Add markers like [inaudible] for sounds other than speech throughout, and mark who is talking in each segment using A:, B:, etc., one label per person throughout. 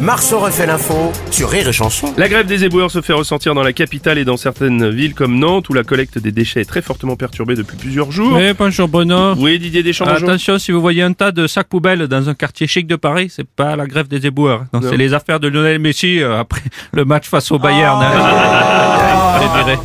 A: Marceau refait l'info sur Rire et Chanson.
B: La grève des éboueurs se fait ressentir dans la capitale et dans certaines villes comme Nantes où la collecte des déchets est très fortement perturbée depuis plusieurs jours.
C: Oui, Eh, bonjour Bruno.
B: Oui, Didier Deschamps. bonjour.
C: Attention, si vous voyez un tas de sacs poubelles dans un quartier chic de Paris, c'est pas la grève des éboueurs. Non,
B: Non.
C: c'est les affaires de Lionel Messi euh, après [laughs] le match face au Bayern.
D: Ah.
C: hein. Je
B: [laughs]
C: dirais.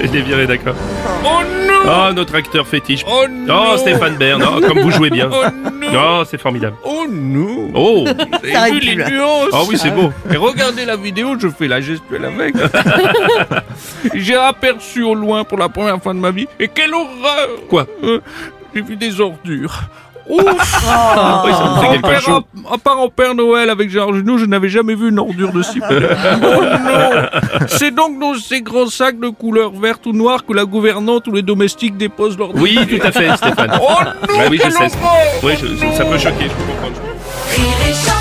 B: Je l'ai viré, d'accord. Oh non Oh, notre acteur fétiche. Oh, Stéphane Bern, oh, comme vous jouez bien. Oh c'est formidable.
D: Oh non
B: Oh
D: T'as vu les nuances
B: Ah oui, c'est beau.
D: Et regardez la vidéo, je fais la
C: [laughs]
D: gestuelle avec. J'ai aperçu au loin pour la première fois de ma vie. Et quelle horreur
B: Quoi
D: Euh, J'ai vu des ordures.
C: [laughs]
D: Ouf
B: Ah, Oui, ça me fait
D: en
B: quelque
D: père,
B: chose.
D: à, à part en Père Noël avec Gérard Genoux, je n'avais jamais vu une ordure de si près. Oh non C'est donc dans ces grands sacs de couleur verte ou noire que la gouvernante ou les domestiques déposent l'ordure.
B: Oui, tout à fait, Stéphane.
D: Oh non
B: Bah oui, je
D: quelle
B: sais.
D: horreur
B: Oui, je- ça peut choquer, je peux comprendre.
E: Rire et chanson.